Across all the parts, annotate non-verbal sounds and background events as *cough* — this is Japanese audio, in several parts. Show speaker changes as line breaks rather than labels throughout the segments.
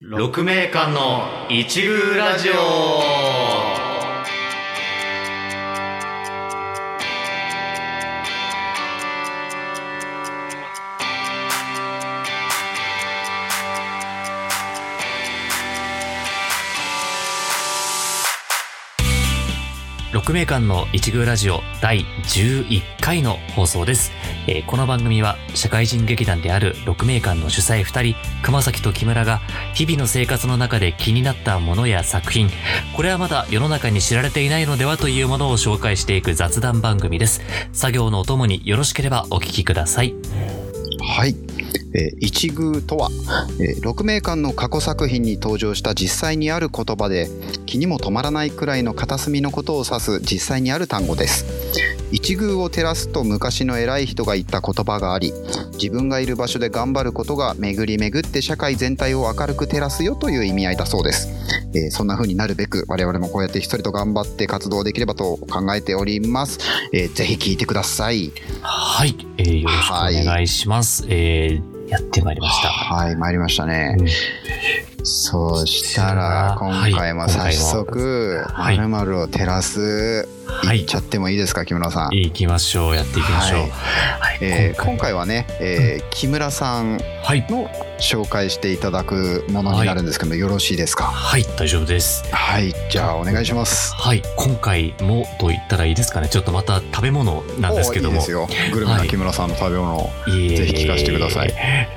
六名館の一宮ラジオ6名間の一宮ラジオ第11回の放送です、えーこの番組は社会人劇団である6名間の主催2人熊崎と木村が日々の生活の中で気になったものや作品これはまだ世の中に知られていないのではというものを紹介していく雑談番組です作業のお供によろしければお聞きください
はい、えー一宮とは、え6名館の過去作品に登場した実際にある言葉で気にも止まらないくらいの片隅のことを指す実際にある単語です一宮を照らすと昔の偉い人が言った言葉があり自分がいる場所で頑張ることが巡り巡って社会全体を明るく照らすよという意味合いだそうです、えーそんな風になるべく我々もこうやって一人と頑張って活動できればと考えております、えーぜひ聞いてください
はい、えーよろしくお願いします、えーやってまいりました
はい参りましたね、
うん
そうしたら今回も
はい
早速「
はい
まるを照らす」
はいい
っちゃってもいいですか木村さん。
行きましょうやっていきましょう、
はい
はい
えー今回はね、えー木村さん
はい
の紹介していただくものになるんですけど、よろしいですか
はい大丈夫です
はいじゃあお願いします。
はい今回もと言ったらいいですかねちょっとまた食べ物なんですけども
おーいいですよグルメな木村さんの食べ物、
いえいえ
ぜひ聞かせてください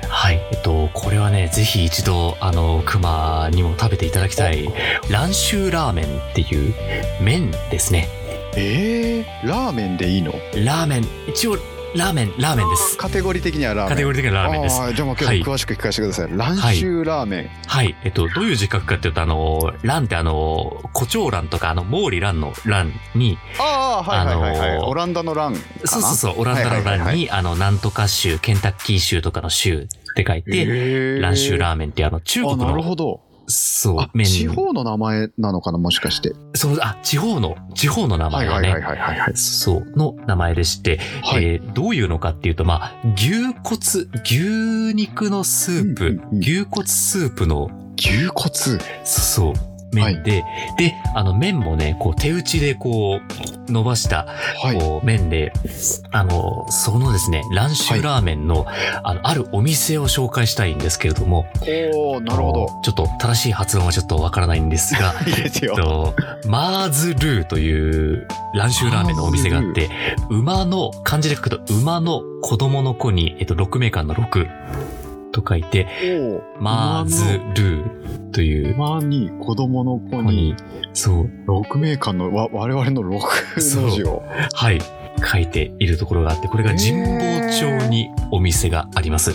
はいえっとこれはねぜひ一度あの熊にも食べていただきたい蘭州ラーメンっていう麺ですね
えー、ラーメンでいいの
ラーメン一応ラーメンラーメンです
カテゴリー的にはラーメン
カテゴリー的なラーメンです
あーじゃあもう今
は
日
い
詳しく聞かせてください、蘭州ラーメン、
はい。えっと、どういう字書くかっていうと、あの、蘭ってあの、胡蝶蘭とか、あの、毛利蘭の蘭に、
ああはいはいはいはい、
あのー
オランダの蘭かな
そうそうそう、オランダの
はいはいは
欄
い
に、あの、なんとか州、ケンタッキー州とかの州って書いて、蘭州
ー
ラーメンっていうあの、中国
あなる
の、
ほど
そう
あ、
麺、
地方の名前なのかなもしかして
そう、あ、地方の、地方の名前がね、
はいはいはい
そう、の名前でして、
はい
えーどういうのかっていうと、まあ、牛骨、牛肉のスープ、
うんうんうん
牛骨スープの、
牛骨
そうそう、麺で、で、あの、麺もね、こう、手打ちでこう、伸ばした、
はい
こう麺で、あの、そのですね、蘭州ラーメンの、あの、あるお店を紹介したいんですけれども、
おおなるほど
あのちょっと正しい発音はちょっとわからないんですが、
*laughs* いいです
えっと、マーズルーという蘭州ラーメンのお店があって、馬の、漢字で書くと、馬の子供の子に、えっと、6名間の6と書いて、
おお
マーズルーという、
馬に子供の子
ここ
に
に、そう、
六名間のわ我々の六の字を
はい、書いているところがあって、これが神保町にお店があります。
あ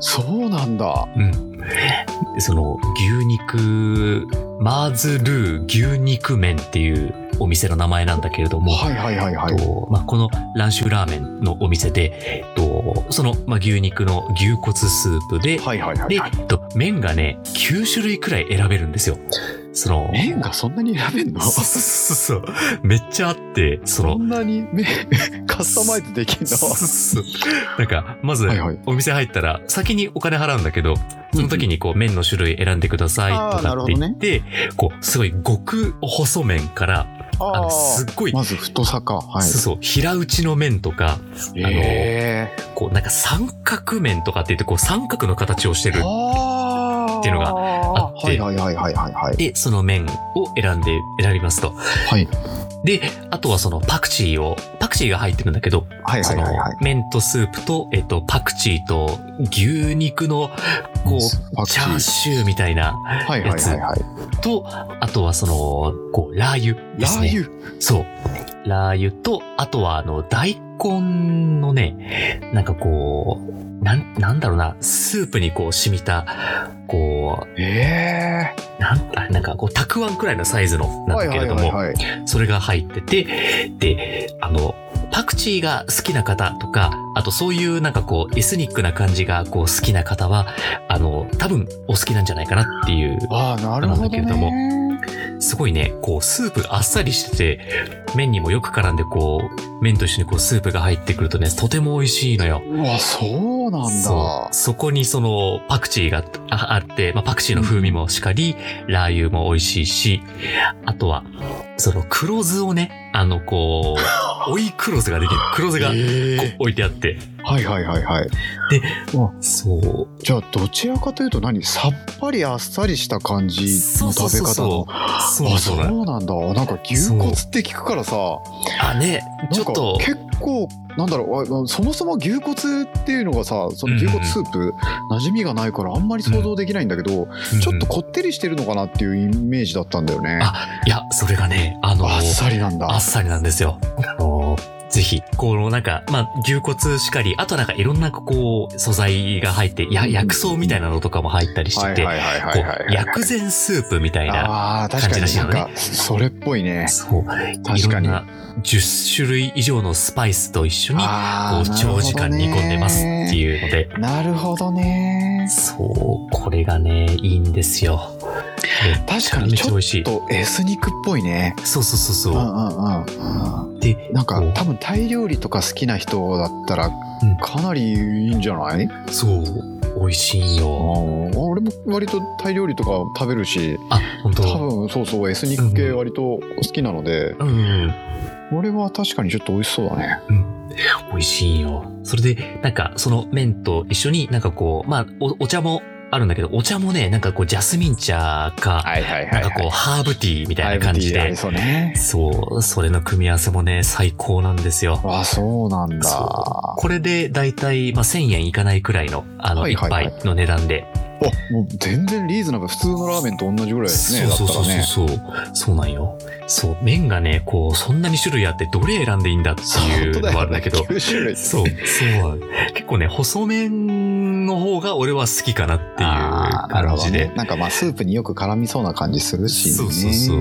そうなんだ
うん。でその、牛肉、マーズルー牛肉麺っていうお店の名前なんだけれども、
はいはいはいはい
とまあ、この蘭州ラーメンのお店で、えっと、その、まあ、牛肉の牛骨スープで、
はいはいは
で、
い
え
はい
っと、麺がね、9種類くらい選べるんですよ。その、
麺がそんなに選べんの
そうそうそうそう。めっちゃあって、そ
そ
の、
んなに麺 *laughs* カスタマイズできんの
そうそうそうなんか、まず
はいはい、
お店入ったら、先にお金払うんだけど、その時にこう、麺の種類選んでくださいとかって言って、こう、すごい極細麺から、あの、すっごい、
まず太さかはい
そうそう、平打ちの麺とか、あの
え
こう、なんか三角麺とかって言って、こう、三角の形をして
え
る。
って
いうのがあって
はいはいはいはいはいはい
で、その麺を選んで、選びますと。
はい
で、あとはそのパクチーを、パクチーが入ってるんだけど、
はいは
そ
い
の
はいはい、
麺とスープと、えっと、パクチーと、牛肉の、こう、
パクチ
チャーシューみたいな、
はいはいはいはい
と、あとはその、こう、ラー油で
ラ
すね。
ー油
そう。ラー油と、あとはあの、大根のね、なんかこう、なん、なんだろうな、スープにこう染みた、こ
え
う、なん、あなんかこう、たくあんくらいのサイズの
え
なんだけれども、
はい
それが入ってて、で、あの、パクチーが好きな方とか、あとそういうなんかこう、エスニックな感じがこう好きな方は、あの、多分お好きなんじゃないかなっていう
ああなるほど
なんだけれども
ね
すごいね、こう、スープがあっさりしてて、麺にもよく絡んで、こう、麺と一緒にこう、スープが入ってくるとね、とても美味しいのよ。
うわそうそうなんだ。
そうそこにそのパクチーがああって、まあ、パクチーの風味もしかり、ラー油も美味しいし、あとは、その黒酢をね、あの、こ
*laughs*
う、追い黒酢ができる。黒酢がこ
へ
う
え
置いてあって。
はいはいはいはい。
そう。
じゃあどちらかというと何さっぱりあっさりした感じの食べ方の。
そう
あ
そう
そ
なの
うなんだなんか牛骨って聞くからさ
あ、ね、ち
な
ょ
んか
っと、
結構なんだろうあまあそもそも牛骨っていうのがさその牛骨スープ、馴染みがないからあんまり想像できないんだけど、ちょっと
うん
こってりしてるのかなっていうイメージだったんだよね
あいや、それがね、あの、
あっさりなんだ
あっさりなんですよ。あのーぜひ、このなんか、まあ、牛骨しかり、あとなんかいろんなこう、素材が入って、や、薬草みたいなのとかも入ったりしてて、こ
いは
う、薬膳スープみたいな、
あー確か
感じら
に
しい
な
よ
ん
ね
かそれっぽいね
そう、い
確
ろ
か
ん
に
な10種類以上のスパイスと一緒に、こ
あ
う、
ー
長時間煮込んでますっていうので、
なるほどね
そう、これがね、いいんですよ。
確か
め
に
ちゃめちゃ
ちょ
美
っ
味しい。
とエスニックっぽいね
そうそうそう
うんう
そ
んうん
う。で、
なんか
こう
多分タイ料理とか好きな人だったら
うん
かなりいいんじゃない、あ
そう、美味しい
ー
よ。
俺も割とタイ料理とか食べるし
あ、本当
多分そうそうエスニック系割と好きなので、
うんうん。
俺は確かにちょっと美味しそうだね
うん、美味しいよ。それで、なんか、その麺と一緒になんかこう、まあ、おお茶もあるんだけど、お茶もね、なんかこう、ジャスミン茶か、
はいはい
なんかこう、ハーブティーみたいな感じで、
そうね
そう、それの組み合わせもね、最高なんですよ。
あそうなんだ
そうこれで、だいたい、まあ、1000円いかないくらいの、あの、
はい
一
はいはい
杯の値段で。
あもう全然リーズナブル普通のラーメンと同じぐらいですね
そうそう
だ
そう
ったら
そう
ね
そう。そうなんよ。そう、麺がね、こう、そんなに種類あって、どれ選んでいいんだってい
本
う
当
の
だ
もあ
よ
るん
ね
だけど。
9種類
そう、そう。結構ね、細麺の方が俺は好きかなっていう
あーなる
感
ほど
じで。
ね、なんかまあスープによく絡みそうな感じするしね
そうそうそう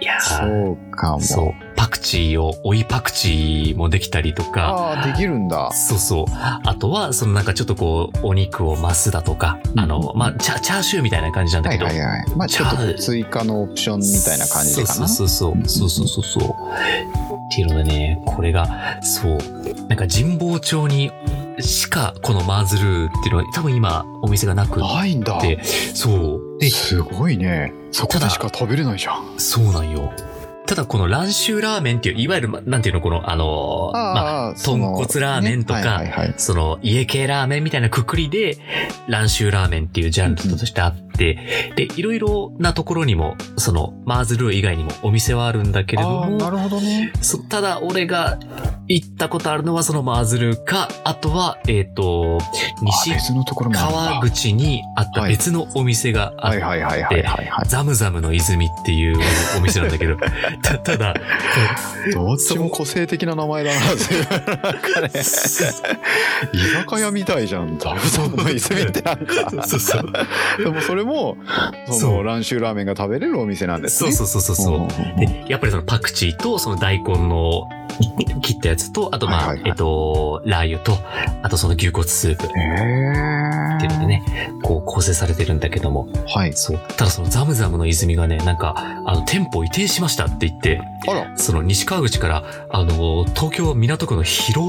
いやー
そうかも
そう。パクチーを、追いパクチーもできたりとか。
ああできるんだ
そうそう。あとは、そのなんかちょっとこう、お肉を増すだとか、
うん
あの、まあ、チャ、チャーシューみたいな感じなんだけ
はい
ど。
はいはいまあちょっとこう追加のオプションみたいな感じでかな
そうそうそうそう。そうそうそうそう。っていうのでね、これが、そう、なんか神保町にしかこのマーズルーっていうのは多分今お店がなくっ
ないんだ
でそう。で、
すごいねそこでしか食べれないじゃん
そうなんよ。ただこの蘭州ラーメンっていう、いわゆる、まなんていうの、この、あのーまあ、
あー、その
豚骨ラーメンとか
ねはいはいはい
その、家系ラーメンみたいなくくりで、蘭州ラーメンっていうジャンルとしてあって、で、いろいろなところにも、その、マーズルー以外にもお店はあるんだけれど
あーな
も、
るほどね
そただ俺が行ったことあるのはそのマーズルーか、あとは、えっ、と、
あ
西
別のところもあるんだ
川口にあった
はい
別のお店があっ
は
て
いはいはいはいはいは
ザムザムの泉っていうお店なんだけ
*laughs*
ど、たただ、こ
いどっちも個性的な名前だ
*laughs*
ななんかね
うそ
居酒屋みたいじゃんザブザブの泉ってなんか
うそうそう
でもそれもそ
そう
の蘭州ラーメンが食べれるお店なんです
そう
ね
そうそうそうそ
んん
う。で、やっぱりそのパクチーとその大根の切ったやつと、あとまあ、
はいはいはい
えっと、ラー油と、あとその牛骨スープっ
へえ
ていうのでね、こう構成されてるんだけども、
はい
そう。ただそのザムザムの泉がね、なんか、あの、店舗移転しましたって言って、
あら
その西川口から、あの、東京港区の広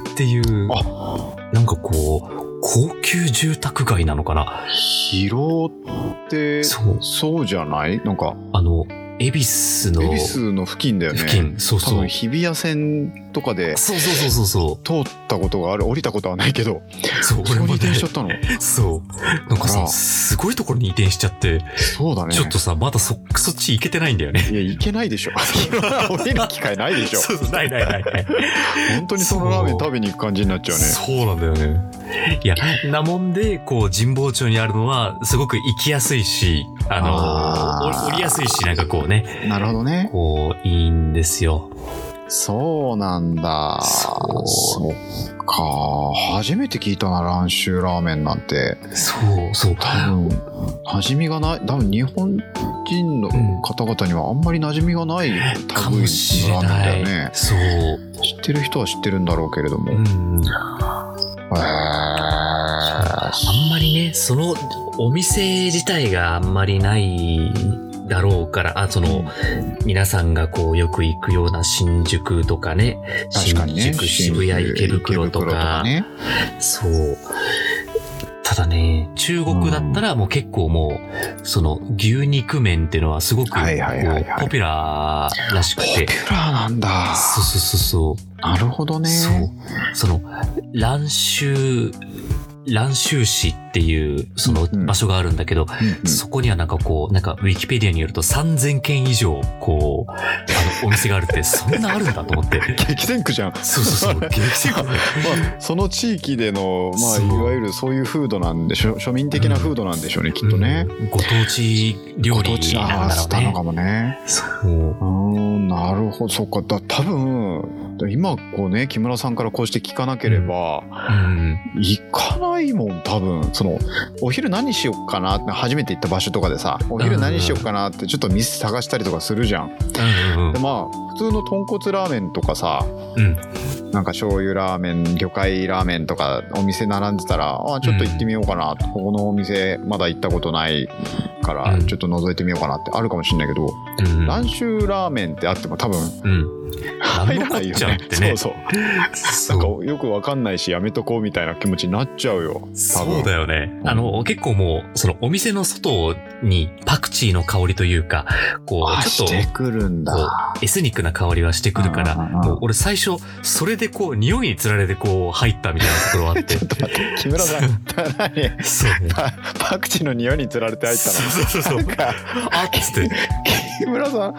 尾っていう、
あ
なんかこう、高級住宅街なのかな
疲労って
そう。
そうじゃないなんか
あの、恵比寿の
恵比寿の付近だよね
付近。そう
多
そう
分。日比谷線とかで
そうそうそうそうそ
通ったことがある降りたことはないけど
う。そう、
そ
俺も
こに移
ね
転しちゃったの
そう。なんか
あ
さ、
ら
すごいところに移転しちゃって、
そうだね
ちょっとさ、まだそ、そっち行けてないんだよね。
いや行けないでしょ *laughs* 降りる機会ないでしょ
そうそう、ないないないない。
本当にそのラーメン食べに行く感じになっちゃうね
そうなんだよね。いや、なもんで、こう、神保町にあるのは、すごく行きやすいし、あの、
あ
降
ー
り降りやすいし、なんかこうね、
なるほどね
こう、いいんですよ。
そうなんだ
そう
そっか初めて聞いたな蘭州ラーメンなんて
そう、そう。
多分馴染みがない多分日本人の
うん
方々にはあんまり馴染みがない
か
類
もしれ
のラー
な
メン
い。
だよね
そう。
知ってる人は知ってるんだろうけれども、
う
へ
ん。
ー
あんまりね、そのお店自体があんまりないだろうから、あ、その、皆さんがこうよく行くような新宿とかね、
確かにね
新宿、渋谷、池袋とか、
ね、
そう。ただね、中国だったらもう結構もう、その牛肉麺っていうのはすごくこうポピ
はいはいはいはい
ュラーらしく
ポピ
て。
ュラーなんだ
そうそうそうそう。
なるほどね
そう。その、蘭州、蘭州市っていう、その
うんうん
場所があるんだけど、
うんうん
そこにはなんかこう、なんかウィキペディアによると3000件以上、こう、あの、お店があるって、そんなあるんだと思って。
激戦区じゃん
そうそう
*laughs*
そう、激戦区。
まあ、その地域での、まあ、
そう
いわゆるそういう風土なんでしょ庶民的な風土なんでしょうね、きっとね。
うんご当地料理
ご当地な
なんだろ
し
う
たの
ね
か。もね。
そう
う。ーんなるほどそっかだ多分今こうね木村さんからこうして聞かなければ、
うん。
行かないもん多分そのお昼何しよっかなって初めて行った場所とかでさお昼何しよっかなってちょっと店探したりとかするじゃん。
うんうん
でまあ普通の豚骨ラーメンとかさ、
うん
なんか醤油ラーメン魚介ラーメンとかお店並んでたらあちょっと行ってみようかな、ここのお店まだ行ったことないから、
うん
ちょっと覗いてみようかなってあるかもしれないけど、
うん。
蘭州ラーメンってあっても多分
うん。
入らない
なんのこっ
よ
ちゃ
ね
ってね
そうそう
そう
なんかよくわかんないしやめとこうみたいな気持ちになっちゃうよ多分
そうだよね。
うん
あの、結構もう、そのお店の外にパクチーの香りというか、こ
あ
う、ちょっ
してくるん
と、こ
だ
う、エスニックな香りはしてくるから、
うんうんうん
もう俺最初、それでこう、匂いにつられてこう、入ったみたいなところはあっ。
ちょってと待って *laughs* 木村さん何
そうね。
パパクチーの匂いにつられて入ったの
そうそうそうそう。
なんか
あっつって。
木村さん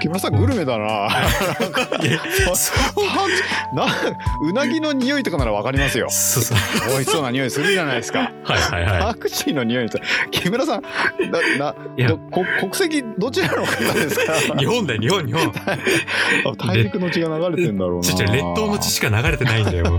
木村さんグルメだな
いやそう
なうなぎの匂いとかならわかりますよ
そうそう。
美味しそうな匂いするじゃないですか
はいはいはい。
パクチーの匂いにつら木村さんなない
や
どこ国籍どちらの方ですか
日本だよ、日本、日
*laughs*
本。
あ大陸の血が流れてんだろうな
ちょちょ、列島の地しか流れてないん
*laughs*
だよ。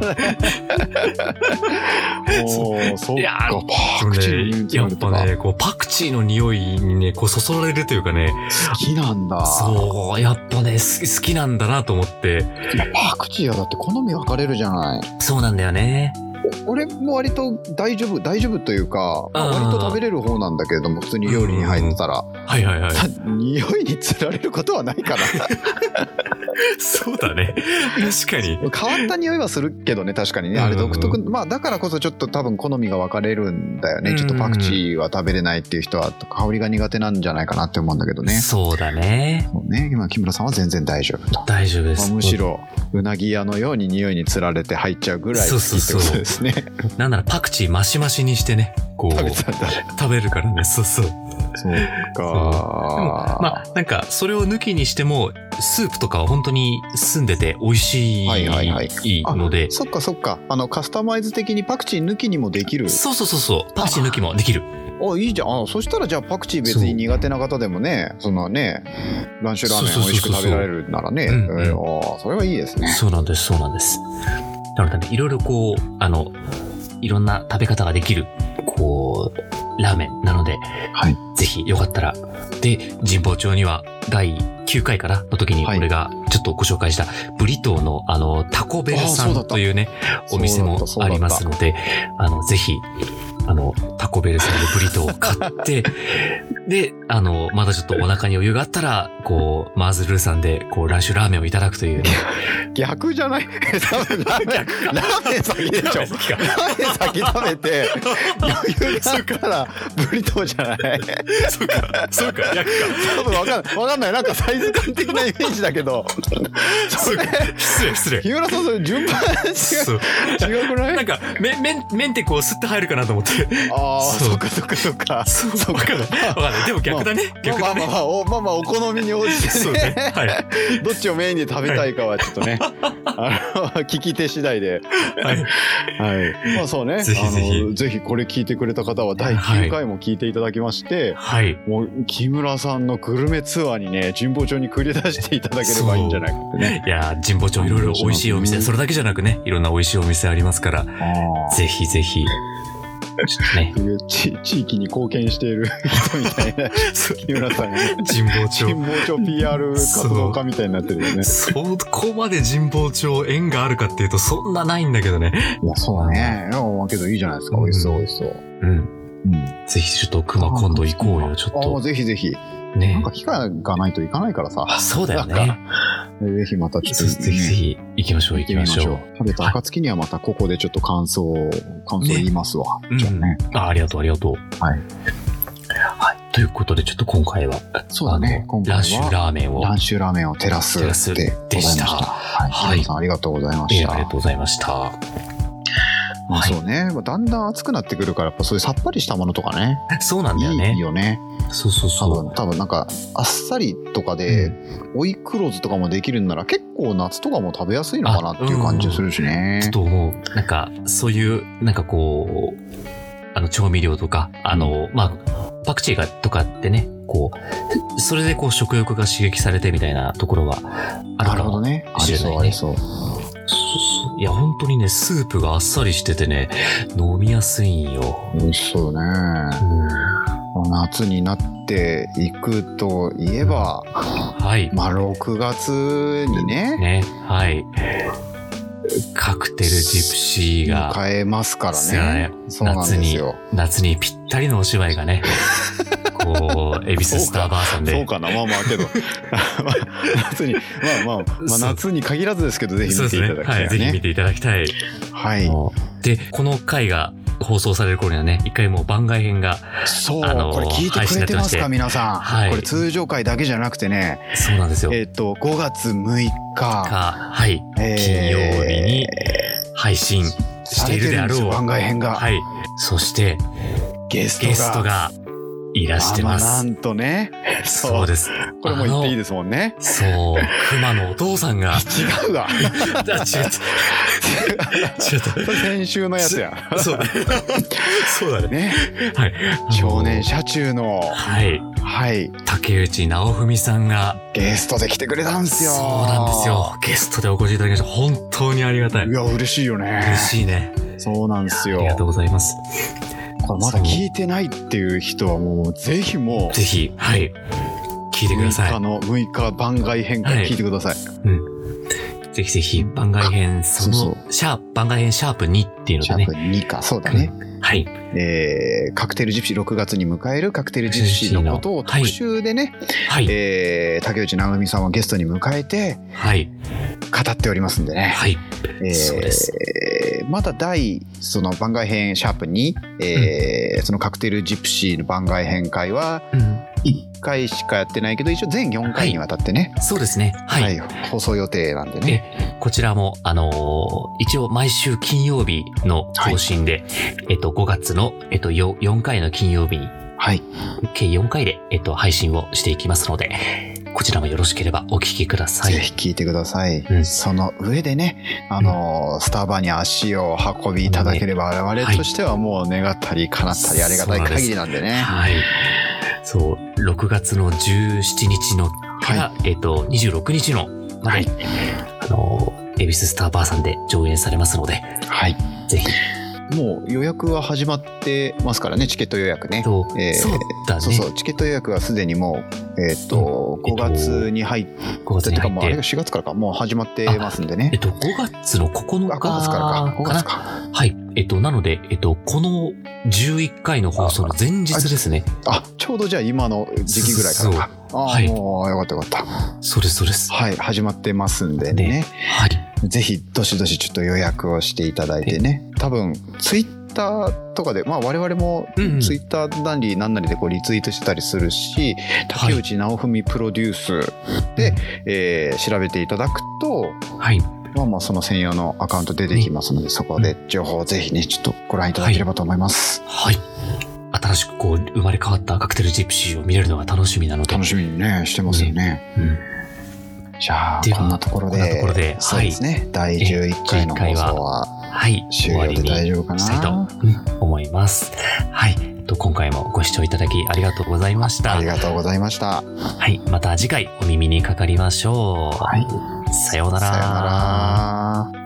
おーそっ
いや
か
ー
パクチーの匂いにつ
や
られ
って
た
ぱね、こう、パクチーの匂いにね、こう、そそられるというかね、
好きなんだ
そう、やっぱね、す好きなんだなと思って。
いやパクチーはだって好み分かれるじゃない
そうなんだよね。
俺も割と大丈夫大丈夫というか、まあ
うん
割と食べれる方なんだけれども普通に料理に入ってたら、
はいはいはい。
*laughs* 匂いにつられることはないか
*laughs* そうだね。確かに。
な変わった匂いはするけどね確かにねあれ独特、まあだからこそちょっと多分好みが分かれるんだよね、
うん
ちょっとパクチーは食べれないっていう人は香りが苦手なんじゃないかなって思うんだけどね
そうだね。
そうね今木村さんは全然大丈夫と。
大丈夫で
まあ
す。
むしろうなぎ屋のように匂いにつられて入っちゃうぐらい好きってことですね。
なんならパクチーマシマシにしてね、こう、
食べ
食
たんだ。
べるからね。そうそう。
そうか。
まあ、なんか、それを抜きにしても、スープとかは本当に澄んでて美味しい
はいはいはい
ので、
そっかそっかあのカスタマイズ的にパクチー抜きにもできる
そうそうそうそう、パクチー抜きもできる。
あいいじゃんあそしたらじゃあパクチー別に苦手な方でもねそのねランシュラーメン
そう
美
そうそうそう
味しく食べられるならね
うんうん
えーあーそれはいいですね
そうなんです、そうなんです。なのでね、いろいろこう、あの、いろんな食べ方ができる、こう、ラーメンなので、
はい
ぜひよかったら。で、神保町には第9回かなの時に、
はい
俺がちょっとご紹介した、ブリトーの、あの、タコベル
あー
さ
そうだっ
ん
た
というね、お店もあります
そうだったそうだっ
ので、あの、ぜひ、あの、タコベルさんのブリトーを買って、 *laughs* で、あの、まだちょっとお腹に余裕があったら、こう、マーズルーさんで、こう、ランシュラーメンをいただくというね、
た逆じゃない *laughs* 多分ラーメンラーメン先でしょラーメン先食べて余裕があったらブリトーじゃない
そうか、そうか、逆か。
多分わかんないわかんないなんかサイズ感的なイメージだけどそ
そう
れ
か、失礼、失礼。
日村さんそれ順番
そう。
違う違うくな
ないんか、め、めん、麺ってこう、吸って入るかなと思って。
ああ
そう
そっかそっかそっか
そう、わかんない。わかんない。でも逆だね。逆
まあ
だ
まあ
ね。
まあおまあまあお好みに応じて
そう
ね
ね。はい。
*laughs* どっちをメインで食べたいかはちょっとね *laughs* あの聞き手次第で
はい。
はいまあそうね
ぜひぜひ
あのぜひこれ聞いてくれた方は第
は
9
い
回も聞いていただきまして、
はい。
もう木村さんのグルメツアーにね神保町に繰り出していただければいいんじゃないかってね
いやー、神保町いろいろ美味しいお
う
店、
ん
それだけじゃなくね、いろんな美味しいお店ありますから、ぜひぜひ。ちょっとね。
地地域に貢献している *laughs* 人みたいな木村さんがね
*laughs* 神保
神
町。
保町 PR 活動家みたいになってるよね
そこまで神保町縁があるかっていうと、そんなないんだけどね。
いや、そうだね。いや、けどいいじゃないですか。美味しそう、
うん
美味しそう。うん。
ぜひちょっと熊今度行こうよ、ちょっ
あ、も
と
う。ぜひぜひ。な
ね
んか機会がないといかないからさ、
そうだよ
なん
ね
か。ぜひまたちょっと、
ぜひぜひぜ
ね
ひ行きましょう行きましょう。
食べた暁にはまたここでちょっと感想を、感想言いますわ。じゃあね。
うん、あありがとうありがとう。
はい
はい。ということでちょっと今回は
そうだね
あの
今回は
ランシュラーメンを。
ランシュラーメンをテラス
テラス
で
で
ございました。
したは
はいい。皆さんありがとうございま
えー
し
あ
た。
りがとうございました。
まあ
はい
そうね。だんだん暑くなってくるから、やっぱそういうさっぱりしたものとかね。
そうなんだよ
い
ね
い。よね。
そうそう
多
そ
分、
う。
多分なんか、あっさりとかで、追い黒酢とかもできるんなら、結構夏とかも食べやすいのかなっていう感じするしね。
ちょっと思う。なんか、そういう、なんかこう、あの、調味料とか、あの、まあ、パクチーが、とかってね、こう、それでこう、食欲が刺激されてみたいなところはある
な
か
るほ
も
どね。あ
し
り
れない
そ
ね
う、ありそう。
そうそういや、本当にね、スープがあっさりしててね、飲みやすいんよ。
美味しそうね。
うん
夏になっていくといえば、
はい。
まあ、6月にね、
ね、はい。カクテルジプシーが、
迎えますから
そうだね
ね。そうなんですよ。
夏にぴったりのお芝居がね、こ
*laughs*
う、恵比寿スターバーソン
そう
で。
かな、まあまあけど、 *laughs* まあ夏に、まあまあ、ま
そ
あ、
う
夏に限らずですけど、ぜひ
そう
見
です
てい
ね
ただき
は
たい
い、
よ
ぜひ見
ね。
ていただきたい。
はい、
で、この回が放送される頃にはね、一回もう番外編が、
そう、
あの
これ聞いてくれてますか、
配信になってまして
皆さん、
はい
これ通常回だけじゃなくてね、
そうなんですよ。
えっ、と、5月6日、
か、はい、
えー
金曜日に配信し
さ
て
れ
いる
て
で
る
あ
んで
ろ
す
う。
よ、番外編が、
はい。そして、
ゲストが。
ゲストがいらしてま
ああ
す。
なんとね、そう
そうです。
これもう言っていい
で
ですもんね。
す。そう、熊のお父さん
*laughs*
が、
違
*laughs*
うわ。
あ、違った。違っ
これ先週のやつや。
た。
*laughs*
そうだね。そうだね。
ね、
はい。
少年車中の、
はい。
はい、
竹内直文さんが、
ゲストで来てくれたんですよ。
そうなんですよ。ゲストでお越しいただきました。本当にありがたい。
い
嬉
や、嬉しいよね。
しいね。
そうなんです
あ
よ
り。がとうございます。
これまだ聞いてないっていう人はもう、ぜひもう、
ぜひ、はい。聞いてくださ
6日
い。
の6日番外編から聞いてください。
ぜひぜひ、番外編、そ
そう
の、シャープ、番外編シャープ2っていうの
シャ
で
ー
ね
プ。2か。そうだね。
はい。
えーカクテルジプシー6月に迎えるカクテルジプシーのことを
はい
特集でね、
はい。
えー竹内直美さんをゲストに迎えて
はい。
語っておりますんでね。
はい。
えー
そうです
まだ第その番外編シャープ2、えーそのカクテルジプシーの番外編会は
うん
1回しかやってないけど一応全4回にわたってね、
そうですね。はい。
はい、放送予定なんでね。
こちらも、あのー一応毎週金曜日の更新で、えっと、5月の、えっと、4, 4回の金曜日に、
はい。
計4回で、えっと、配信をしていきますので、こちらもよろしければお聞きくださ
ぜ
い。
ひ聞いてください。
うん
その上でね、あの、スタバに足を運びいただければ、我
は
々
い
としてはもう願ったり叶ったりありがたい限りなんでね。
はい。そう、6月の17日のから、えっと、26日のまで、
はい
あのー、恵比寿スターバーさんで上演されますので、
はい。
ぜひ、
もう予約は始まってますからね、チケット予約
えっ
ね。
と、
えー
そうだね。
そうそう、チケット予約はすでにもう、えっ、と、
うん
5月に入って、
5月
て
に
か
入
も
っ
うあれが
て、
4月からか、もう始まってますんで
えっ
ね。
と、5月の9
あ、
日
5
か
月からか。5
な
月か。
はい。えっと、なので、えっと、この11回の放送の前日ですね。
あ、ちょうどじゃあ今の時期ぐらいからか。あ、
はい
もうよかったよかった。
そうです、そうです。
はい、始まってますんでね
ねはい。
ぜひどしどしちょっと予約をしていただいてね多分ツイッターとかで、まあ、我々も
うんうん
ツイッターなり何なりでこうリツイートしてたりするし、竹内直文プロデュースで、
うん
えー調べていただくと、
はい。
まあ、まあその専用のアカウント出てきますので、そこで情報をぜひねちょっとご覧いただければと思います、
はい。新しくこう、生まれ変わったカクテルジプシーを見れるのが楽しみなので。
楽しみにねしてますよね、
うん
じゃあ
では
こんなところで
こんなところで
そうですね、第11回の放送は
はい。
終
終
了
わ
で
りに
大丈夫か
したいと
な
うん思います。はい。えっと今回もご視聴いただきありがとうございました
あり。がとうございました。
はい。また次回お耳にかかりましょう。
はい
さようなら。
さようなら。